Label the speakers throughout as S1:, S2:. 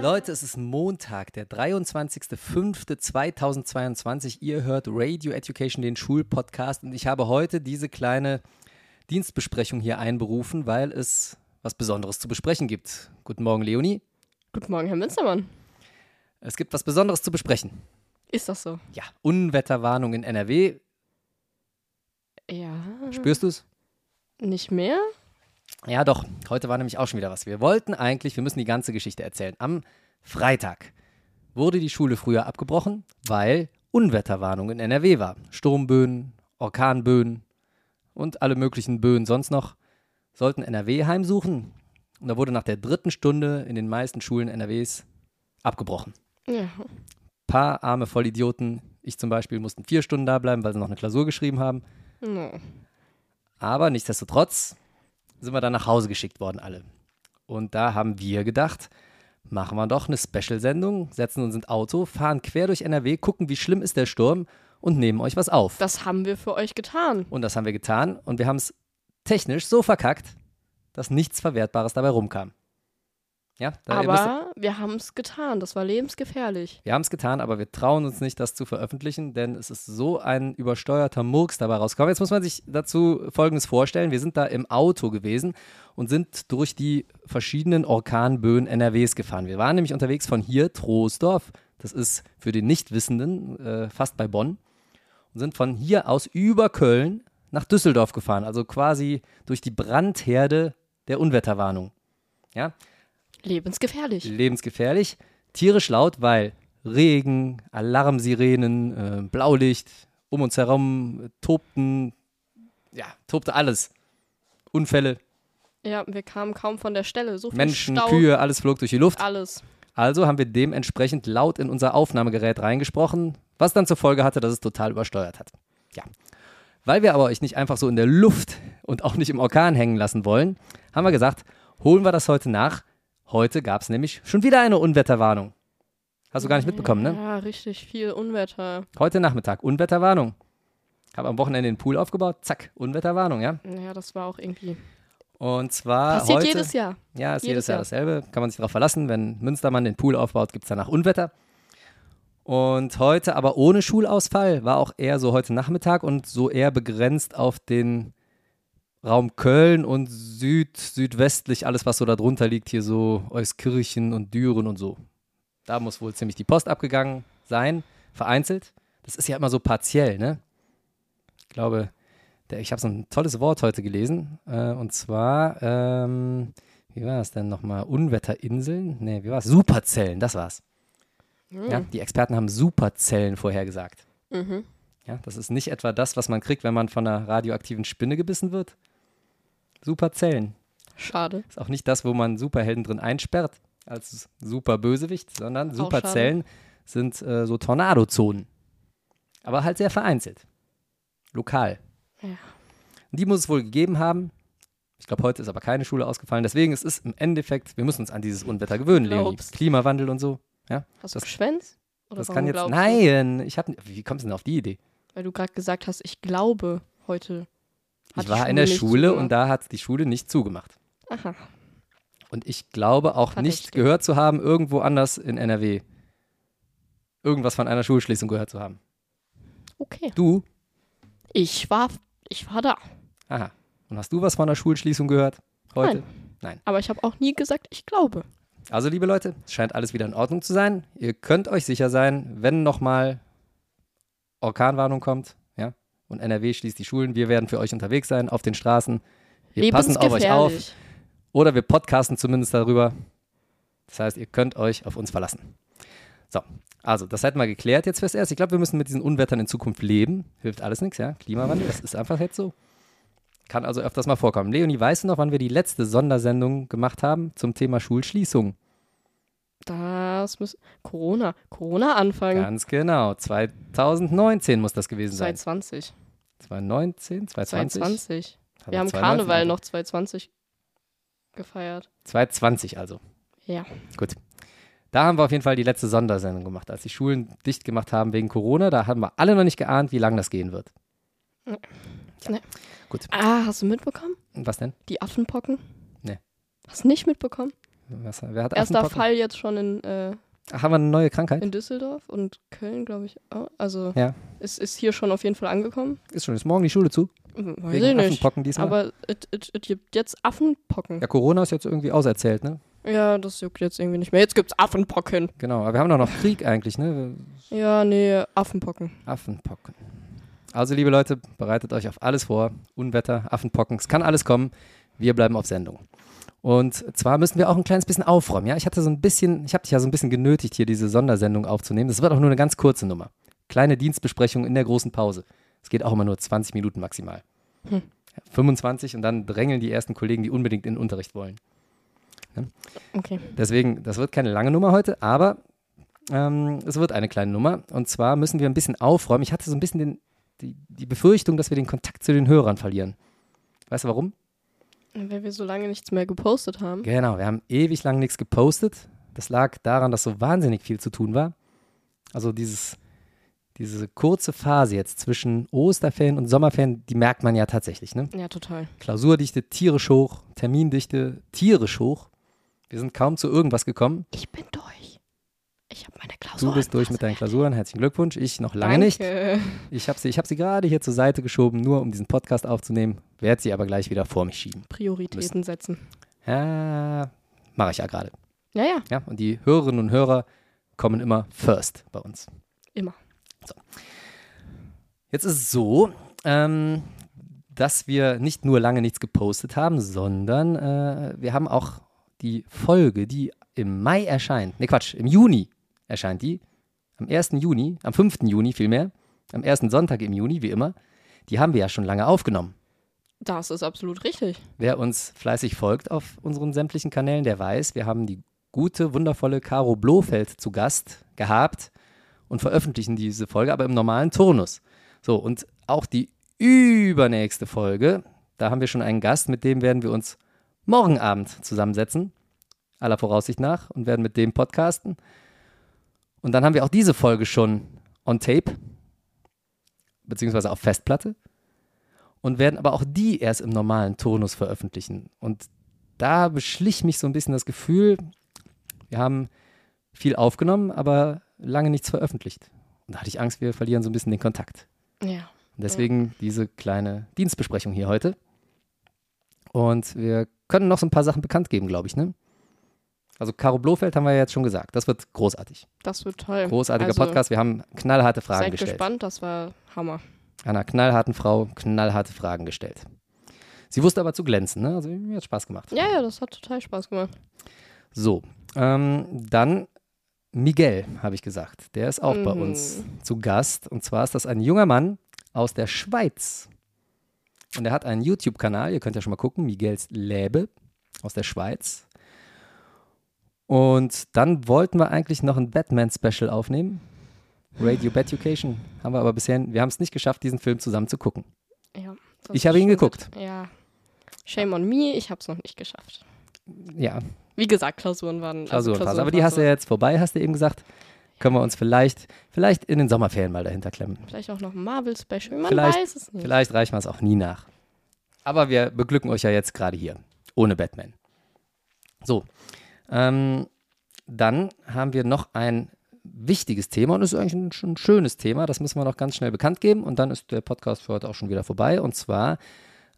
S1: Leute, es ist Montag, der 23.05.2022. Ihr hört Radio Education, den Schulpodcast. Und ich habe heute diese kleine Dienstbesprechung hier einberufen, weil es was Besonderes zu besprechen gibt. Guten Morgen, Leonie.
S2: Guten Morgen, Herr Münstermann.
S1: Es gibt was Besonderes zu besprechen.
S2: Ist das so?
S1: Ja, Unwetterwarnung in NRW.
S2: Ja.
S1: Spürst du es?
S2: Nicht mehr?
S1: Ja, doch. Heute war nämlich auch schon wieder was. Wir wollten eigentlich, wir müssen die ganze Geschichte erzählen. Am Freitag wurde die Schule früher abgebrochen, weil Unwetterwarnung in NRW war. Sturmböen, Orkanböen und alle möglichen Böen sonst noch sollten NRW heimsuchen. Und da wurde nach der dritten Stunde in den meisten Schulen NRWs abgebrochen.
S2: Ja.
S1: paar arme Vollidioten, ich zum Beispiel, mussten vier Stunden da bleiben, weil sie noch eine Klausur geschrieben haben.
S2: No.
S1: Aber nichtsdestotrotz sind wir dann nach Hause geschickt worden, alle. Und da haben wir gedacht, machen wir doch eine Special-Sendung, setzen uns ins Auto, fahren quer durch NRW, gucken, wie schlimm ist der Sturm und nehmen euch was auf.
S2: Das haben wir für euch getan.
S1: und das haben wir getan und wir haben es technisch so verkackt, dass nichts Verwertbares dabei rumkam. Ja, da, ihr müsst-
S2: Aber wir haben es getan. Das war lebensgefährlich.
S1: wir haben es getan, aber wir trauen uns nicht, das zu veröffentlichen, denn es ist so ein übersteuerter Murks dabei rausgekommen. Jetzt muss man sich dazu Folgendes vorstellen. Wir sind da im Auto gewesen und sind durch die verschiedenen Orkanböen NRWs gefahren. Wir waren nämlich unterwegs von hier, Troisdorf, das ist für den Nichtwissenden äh, fast bei Bonn, und sind von hier aus über Köln nach Düsseldorf gefahren, also quasi durch die Brandherde der Unwetterwarnung. Ja, Hm.
S2: Lebensgefährlich.
S1: lebensgefährlich. Tierisch laut, weil Regen, Alarmsirenen, äh, Blaulicht, um uns herum tobten, ja, tobte alles. Unfälle,
S2: Ja, wir kamen kaum von der Stelle. So viel
S1: Menschen,
S2: Stau,
S1: Kühe, alles flog durch die Luft.
S2: alles.
S1: Also haben wir dementsprechend laut in unser Aufnahmegerät reingesprochen, was dann zur Folge hatte, dass es total übersteuert hat. Ja. Weil wir aber euch nicht einfach so in der Luft und auch nicht im Orkan hängen lassen wollen, haben wir gesagt, holen wir das heute nach. Heute gab es nämlich schon wieder eine Unwetterwarnung. Hast du gar nicht mitbekommen, ne?
S2: Ja, richtig viel Unwetter.
S1: Heute Nachmittag Unwetterwarnung. Habe am Wochenende den Pool aufgebaut, zack, Unwetterwarnung, ja?
S2: Ja, das war auch irgendwie.
S1: Und zwar
S2: Passiert
S1: Ah, heute,
S2: jedes Jahr.
S1: Ja, ist jedes,
S2: Jedes
S1: Jahr
S2: Jahr.
S1: dasselbe. Kann man sich darauf verlassen. Wenn Münstermann den Pool aufbaut, gibt es danach Unwetter. Und heute aber ohne Schulausfall war auch eher so heute Nachmittag und so eher begrenzt auf den Raum Köln und Süd, südwestlich, alles, was so da drunter liegt, hier so Euskirchen und Düren und so. Da muss wohl ziemlich die Post abgegangen sein, vereinzelt. Das ist ja immer so partiell, ne? Ich glaube, der, ich habe so ein tolles Wort heute gelesen. Äh, und zwar, ähm, wie war es denn nochmal? Unwetterinseln? Nee, wie war es? Superzellen, das war's.
S2: Hm.
S1: Ja, die Experten haben Superzellen vorhergesagt.
S2: Mhm.
S1: Ja, das ist nicht etwa das, was man kriegt, wenn man von einer radioaktiven Spinne gebissen wird. Superzellen.
S2: Schade.
S1: Ist auch nicht das, wo man Superhelden drin einsperrt als Superbösewicht, sondern Superzellen sind äh, so Tornadozonen. Aber halt sehr vereinzelt. Lokal.
S2: Ja.
S1: Die muss es wohl gegeben haben. Ich glaube, heute ist aber keine Schule ausgefallen. Deswegen es ist im Endeffekt, wir müssen uns an dieses Unwetter gewöhnen, Leonie.
S2: Glaubst.
S1: Klimawandel und so. Ja,
S2: Hast
S1: Das-
S2: du Schwänz? Oder
S1: das
S2: warum
S1: kann jetzt.
S2: glaubst du?
S1: Nein, ich hatte. Wie kommst du denn auf die Idee?
S2: Weil du gerade gesagt hast, ich glaube heute. hat
S1: ich
S2: die
S1: war in der
S2: nicht
S1: Schule und
S2: zugemacht.
S1: da hat die Schule nicht zugemacht.
S2: Aha.
S1: Und ich glaube auch nicht
S2: Verdächtig.
S1: gehört zu haben, irgendwo anders in NRW irgendwas von einer Schulschließung gehört zu haben.
S2: Okay.
S1: Du?
S2: Ich war, ich war da.
S1: Aha. Und hast du was von einer Schulschließung gehört heute?
S2: Nein. Aber ich habe auch nie gesagt, ich glaube.
S1: Also, liebe Leute, es scheint alles wieder in Ordnung zu sein. Ihr könnt euch sicher sein, wenn nochmal Orkanwarnung kommt, ja, und NRW schließt die Schulen, wir werden für euch unterwegs sein auf den Straßen. Wir passen auf euch auf
S2: Lebensgefährlich.
S1: oder wir podcasten zumindest darüber. Das heißt, ihr könnt euch auf uns verlassen. So, also, das hätten wir geklärt jetzt fürs Erste. Ich glaube, wir müssen mit diesen Unwettern in Zukunft leben. Hilft alles nichts, ja? Klimawandel, das ist einfach jetzt so. Kann also öfters mal vorkommen. Leonie, weißt du noch, wann wir die letzte Sondersendung gemacht haben zum Thema Schulschließung?
S2: Das muss. Corona. Corona-Anfang.
S1: Ganz genau. 2019 muss das gewesen sein.
S2: 2020.
S1: 2019, 2020.
S2: 2020.
S1: Also
S2: Wir haben
S1: 2019.
S2: Karneval noch 2020 gefeiert.
S1: 2020 also.
S2: Ja.
S1: Gut. Da haben wir auf jeden Fall die letzte Sondersendung gemacht, als die Schulen dicht gemacht haben wegen Corona. Da haben wir alle noch nicht geahnt, wie lange das gehen wird.
S2: Ah, hast du mitbekommen?
S1: Und Was denn?
S2: Die Affenpocken?
S1: Nee.
S2: Hast du nicht mitbekommen?
S1: Was, wer hat
S2: Erster
S1: Affenpocken?
S2: Fall jetzt schon in, äh,
S1: Ach, haben wir eine neue Krankheit?
S2: in Düsseldorf und Köln, glaube ich. Auch. Also
S1: Ja.
S2: es ist hier schon auf jeden Fall angekommen.
S1: Ist schon, ist morgen die Schule zu.
S2: Weiß
S1: Wegen
S2: ich nicht.
S1: Affenpocken diesmal.
S2: Aber es- es es gibt jetzt Affenpocken.
S1: ja, Corona ist jetzt irgendwie auserzählt, ne?
S2: Ja. das juckt jetzt irgendwie nicht mehr. Jetzt gibt's Affenpocken.
S1: Genau, aber wir haben doch noch Krieg eigentlich, ne?
S2: Ja, nee, Affenpocken.
S1: Affenpocken. Also, liebe Leute, bereitet euch auf alles vor. Unwetter, Affenpocken, es kann alles kommen. Wir bleiben auf Sendung. Und zwar müssen wir auch ein kleines bisschen aufräumen. Ja, ich hatte so ein bisschen, ich habe dich ja so ein bisschen genötigt, hier diese Sondersendung aufzunehmen. Das wird auch nur eine ganz kurze Nummer. Kleine Dienstbesprechung in der großen Pause. Es geht auch immer nur 20 Minuten maximal.
S2: Hm.
S1: Ja, 25 und dann drängeln die ersten Kollegen, die unbedingt in den Unterricht wollen.
S2: Okay.
S1: Deswegen, das wird keine lange Nummer heute, aber ähm, es wird eine kleine Nummer. Und zwar müssen wir ein bisschen aufräumen. Ich hatte so ein bisschen den, die, die Befürchtung, dass wir den Kontakt zu den Hörern verlieren. Weißt du warum?
S2: Weil wir so lange nichts mehr gepostet haben.
S1: Genau, wir haben ewig lang nichts gepostet. Das lag daran, dass so wahnsinnig viel zu tun war. Also dieses, diese kurze Phase jetzt zwischen Osterferien und Sommerferien, die merkt man ja tatsächlich. Ne?
S2: Ja, total.
S1: Klausurdichte tierisch hoch, Termindichte tierisch hoch. Wir sind kaum zu irgendwas gekommen.
S2: Ich bin durch. Ich habe meine Klausur.
S1: Du bist durch mit deinen Klausuren. Herzlichen Glückwunsch. Ich noch lange nicht. Ich habe sie, ich hab sie gerade hier zur Seite geschoben, nur um diesen Podcast aufzunehmen. Werde sie aber gleich wieder vor mich schieben.
S2: Prioritäten setzen.
S1: Ja, Mache ich ja gerade.
S2: Ja, ja.
S1: Ja, und die Hörerinnen und Hörer kommen immer first bei uns.
S2: Immer.
S1: So. Jetzt ist es so, ähm, dass wir nicht nur lange nichts gepostet haben, sondern äh, wir haben auch die Folge, die im Mai erscheint. Ne, Quatsch, im Juni erscheint die. Am 1. Juni, am 5. Juni vielmehr, am ersten Sonntag im Juni, wie immer. Die haben wir ja schon lange aufgenommen.
S2: Das ist absolut richtig.
S1: Wer uns fleißig folgt auf unseren sämtlichen Kanälen, der weiß, wir haben die gute, wundervolle Caro Blofeld zu Gast gehabt und veröffentlichen diese Folge, aber im normalen Turnus. So, und auch die übernächste Folge, da haben wir schon einen Gast, mit dem werden wir uns morgen Abend zusammensetzen, aller Voraussicht nach, und werden mit dem podcasten. Und dann haben wir auch diese Folge schon on tape, beziehungsweise auf Festplatte und werden aber auch die erst im normalen Turnus veröffentlichen. Und da beschlich mich so ein bisschen das Gefühl, wir haben viel aufgenommen, aber lange nichts veröffentlicht. Und da hatte ich Angst, wir verlieren so ein bisschen den Kontakt.
S2: Ja.
S1: Und deswegen diese kleine Dienstbesprechung hier heute. Und wir können noch so ein paar Sachen bekannt geben, glaube ich, ne? Also Caro Blofeld haben wir ja jetzt schon gesagt. Das wird großartig.
S2: Das wird toll.
S1: Großartiger
S2: also,
S1: Podcast. Wir haben knallharte Fragen
S2: Seid
S1: gestellt.
S2: gespannt, das war Hammer.
S1: einer knallharten Frau knallharte Fragen gestellt. Sie wusste aber zu glänzen, ne? Also mir hat Spaß gemacht.
S2: Ja, ja, das hat total Spaß gemacht.
S1: So, ähm, dann Miguel, habe ich gesagt. Der ist auch bei
S2: Mhm.
S1: uns zu Gast. Und zwar ist das ein junger Mann aus der Schweiz. Und er hat einen YouTube-Kanal, ihr könnt ja schon mal gucken, Miguels Läbe aus der Schweiz. Und dann wollten wir eigentlich noch ein Batman-Special aufnehmen. Radio Education haben wir aber bisher, wir haben es nicht geschafft, diesen Film zusammen zu gucken.
S2: Ja, das
S1: Ich habe
S2: ist
S1: ihn
S2: schon
S1: geguckt.
S2: gut. Ja. Shame on me, ich habe es noch nicht geschafft.
S1: Ja,
S2: Wie gesagt, Klausuren waren. also
S1: Klausurenphase. aber die hast du ja jetzt vorbei, hast du eben gesagt. Können wir uns vielleicht, vielleicht in den Sommerferien mal dahinter klemmen.
S2: Vielleicht auch noch ein Marvel-Special. Man
S1: Vielleicht-
S2: weiß es nicht.
S1: Vielleicht reichen wir es auch nie nach. Aber wir beglücken euch ja jetzt gerade hier, ohne Batman. So, ähm, dann haben wir noch ein wichtiges Thema und es ist eigentlich ein, schon ein schönes Thema. Das müssen wir noch ganz schnell bekannt geben und dann ist der Podcast für heute auch schon wieder vorbei. Und zwar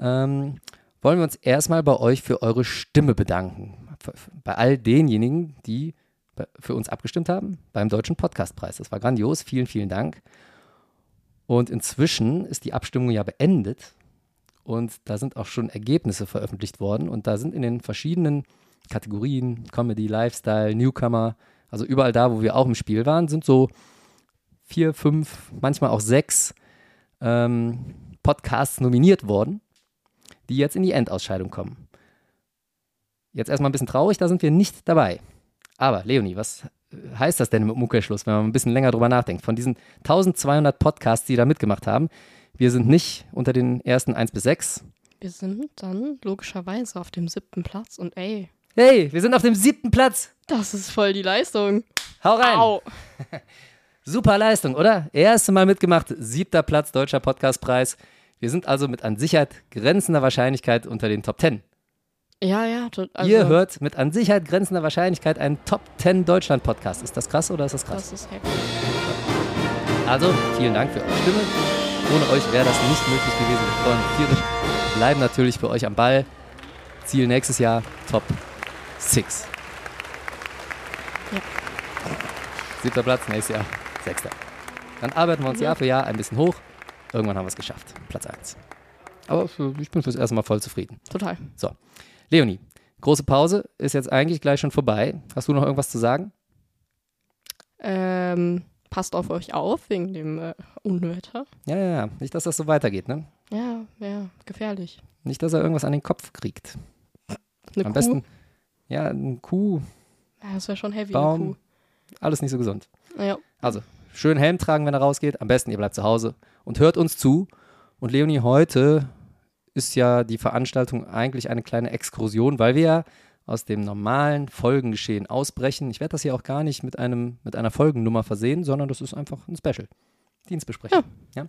S1: ähm, wollen wir uns erstmal bei euch für eure Stimme bedanken. Für- für- Bei all denjenigen, die bei- für uns abgestimmt haben beim Deutschen Podcastpreis. Das war grandios. Vielen, vielen Dank. Und inzwischen ist die Abstimmung ja beendet und da sind auch schon Ergebnisse veröffentlicht worden und da sind in den verschiedenen Kategorien, Comedy, Lifestyle, Newcomer, also überall da, wo wir auch im Spiel waren, sind so vier, fünf, manchmal auch sechs ähm, Podcasts nominiert worden, die jetzt in die Endausscheidung kommen. Jetzt erstmal ein bisschen traurig, da sind wir nicht dabei. Aber Leonie, was heißt das denn im Umkehrschluss, wenn man ein bisschen länger drüber nachdenkt? Von diesen 1200 Podcasts, die da mitgemacht haben, wir sind nicht unter den ersten 1 bis 6.
S2: Wir sind dann logischerweise auf dem siebten Platz und ey,
S1: Hey, wir sind auf dem siebten Platz.
S2: das ist voll die Leistung.
S1: Hau rein.
S2: Au.
S1: Super Leistung, oder? Erste Mal mitgemacht, siebter Platz, deutscher Podcastpreis. Wir sind also mit an Sicherheit grenzender Wahrscheinlichkeit unter den Top 10.
S2: Ja, ja. to- Also,
S1: Ihr hört mit an Sicherheit grenzender Wahrscheinlichkeit einen Top 10 Deutschland Podcast. Ist das krass oder ist das krass?
S2: Das ist heck.
S1: Also, vielen Dank für eure Stimme. Ohne euch wäre das nicht möglich gewesen. Wir freuen uns tierisch. Bleiben natürlich für euch am Ball. Ziel nächstes Jahr Top 6.
S2: Ja.
S1: Siebter Platz, nächstes Jahr sechster. Dann arbeiten wir uns Jahr für Jahr ein bisschen hoch. Irgendwann haben wir es geschafft. Platz 1. Aber ich bin fürs erste Mal voll zufrieden.
S2: Total.
S1: Leonie, große Pause ist jetzt eigentlich gleich schon vorbei. Hast du noch irgendwas zu sagen?
S2: Ähm, passt auf euch auf wegen dem äh, Unwetter.
S1: Ja, ja, ja. Nicht, dass das so weitergeht, ne?
S2: Ja, ja, gefährlich.
S1: Nicht, dass er irgendwas an den Kopf kriegt.
S2: Eine
S1: Am
S2: Kuh,
S1: besten, ja, ein Kuh,
S2: Ja, das wäre schon heavy,
S1: Baum.
S2: eine
S1: alles nicht so gesund.
S2: Kuh. Ja,
S1: Also, schön Helm tragen, wenn er rausgeht. Am besten, ihr bleibt zu Hause und hört uns zu. Und Leonie, heute ist ja die Veranstaltung eigentlich eine kleine Exkursion, weil wir ja aus dem normalen Folgengeschehen ausbrechen. Ich werde das hier auch gar nicht mit, einem, mit einer Folgennummer versehen, sondern das ist einfach ein Special. Dienstbesprechung. Ja.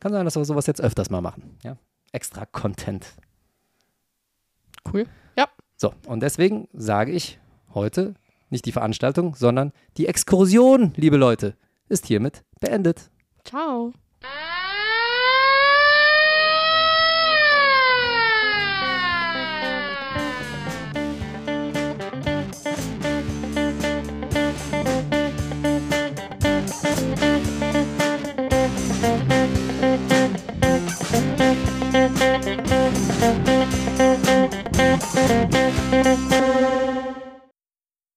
S1: Kann sein, dass wir sowas jetzt öfters mal machen. Ja? Extra Content.
S2: cool. Ja,
S1: So, und deswegen sage ich heute nicht die Veranstaltung, sondern die Exkursion, liebe Leute, ist hiermit beendet.
S2: ciao.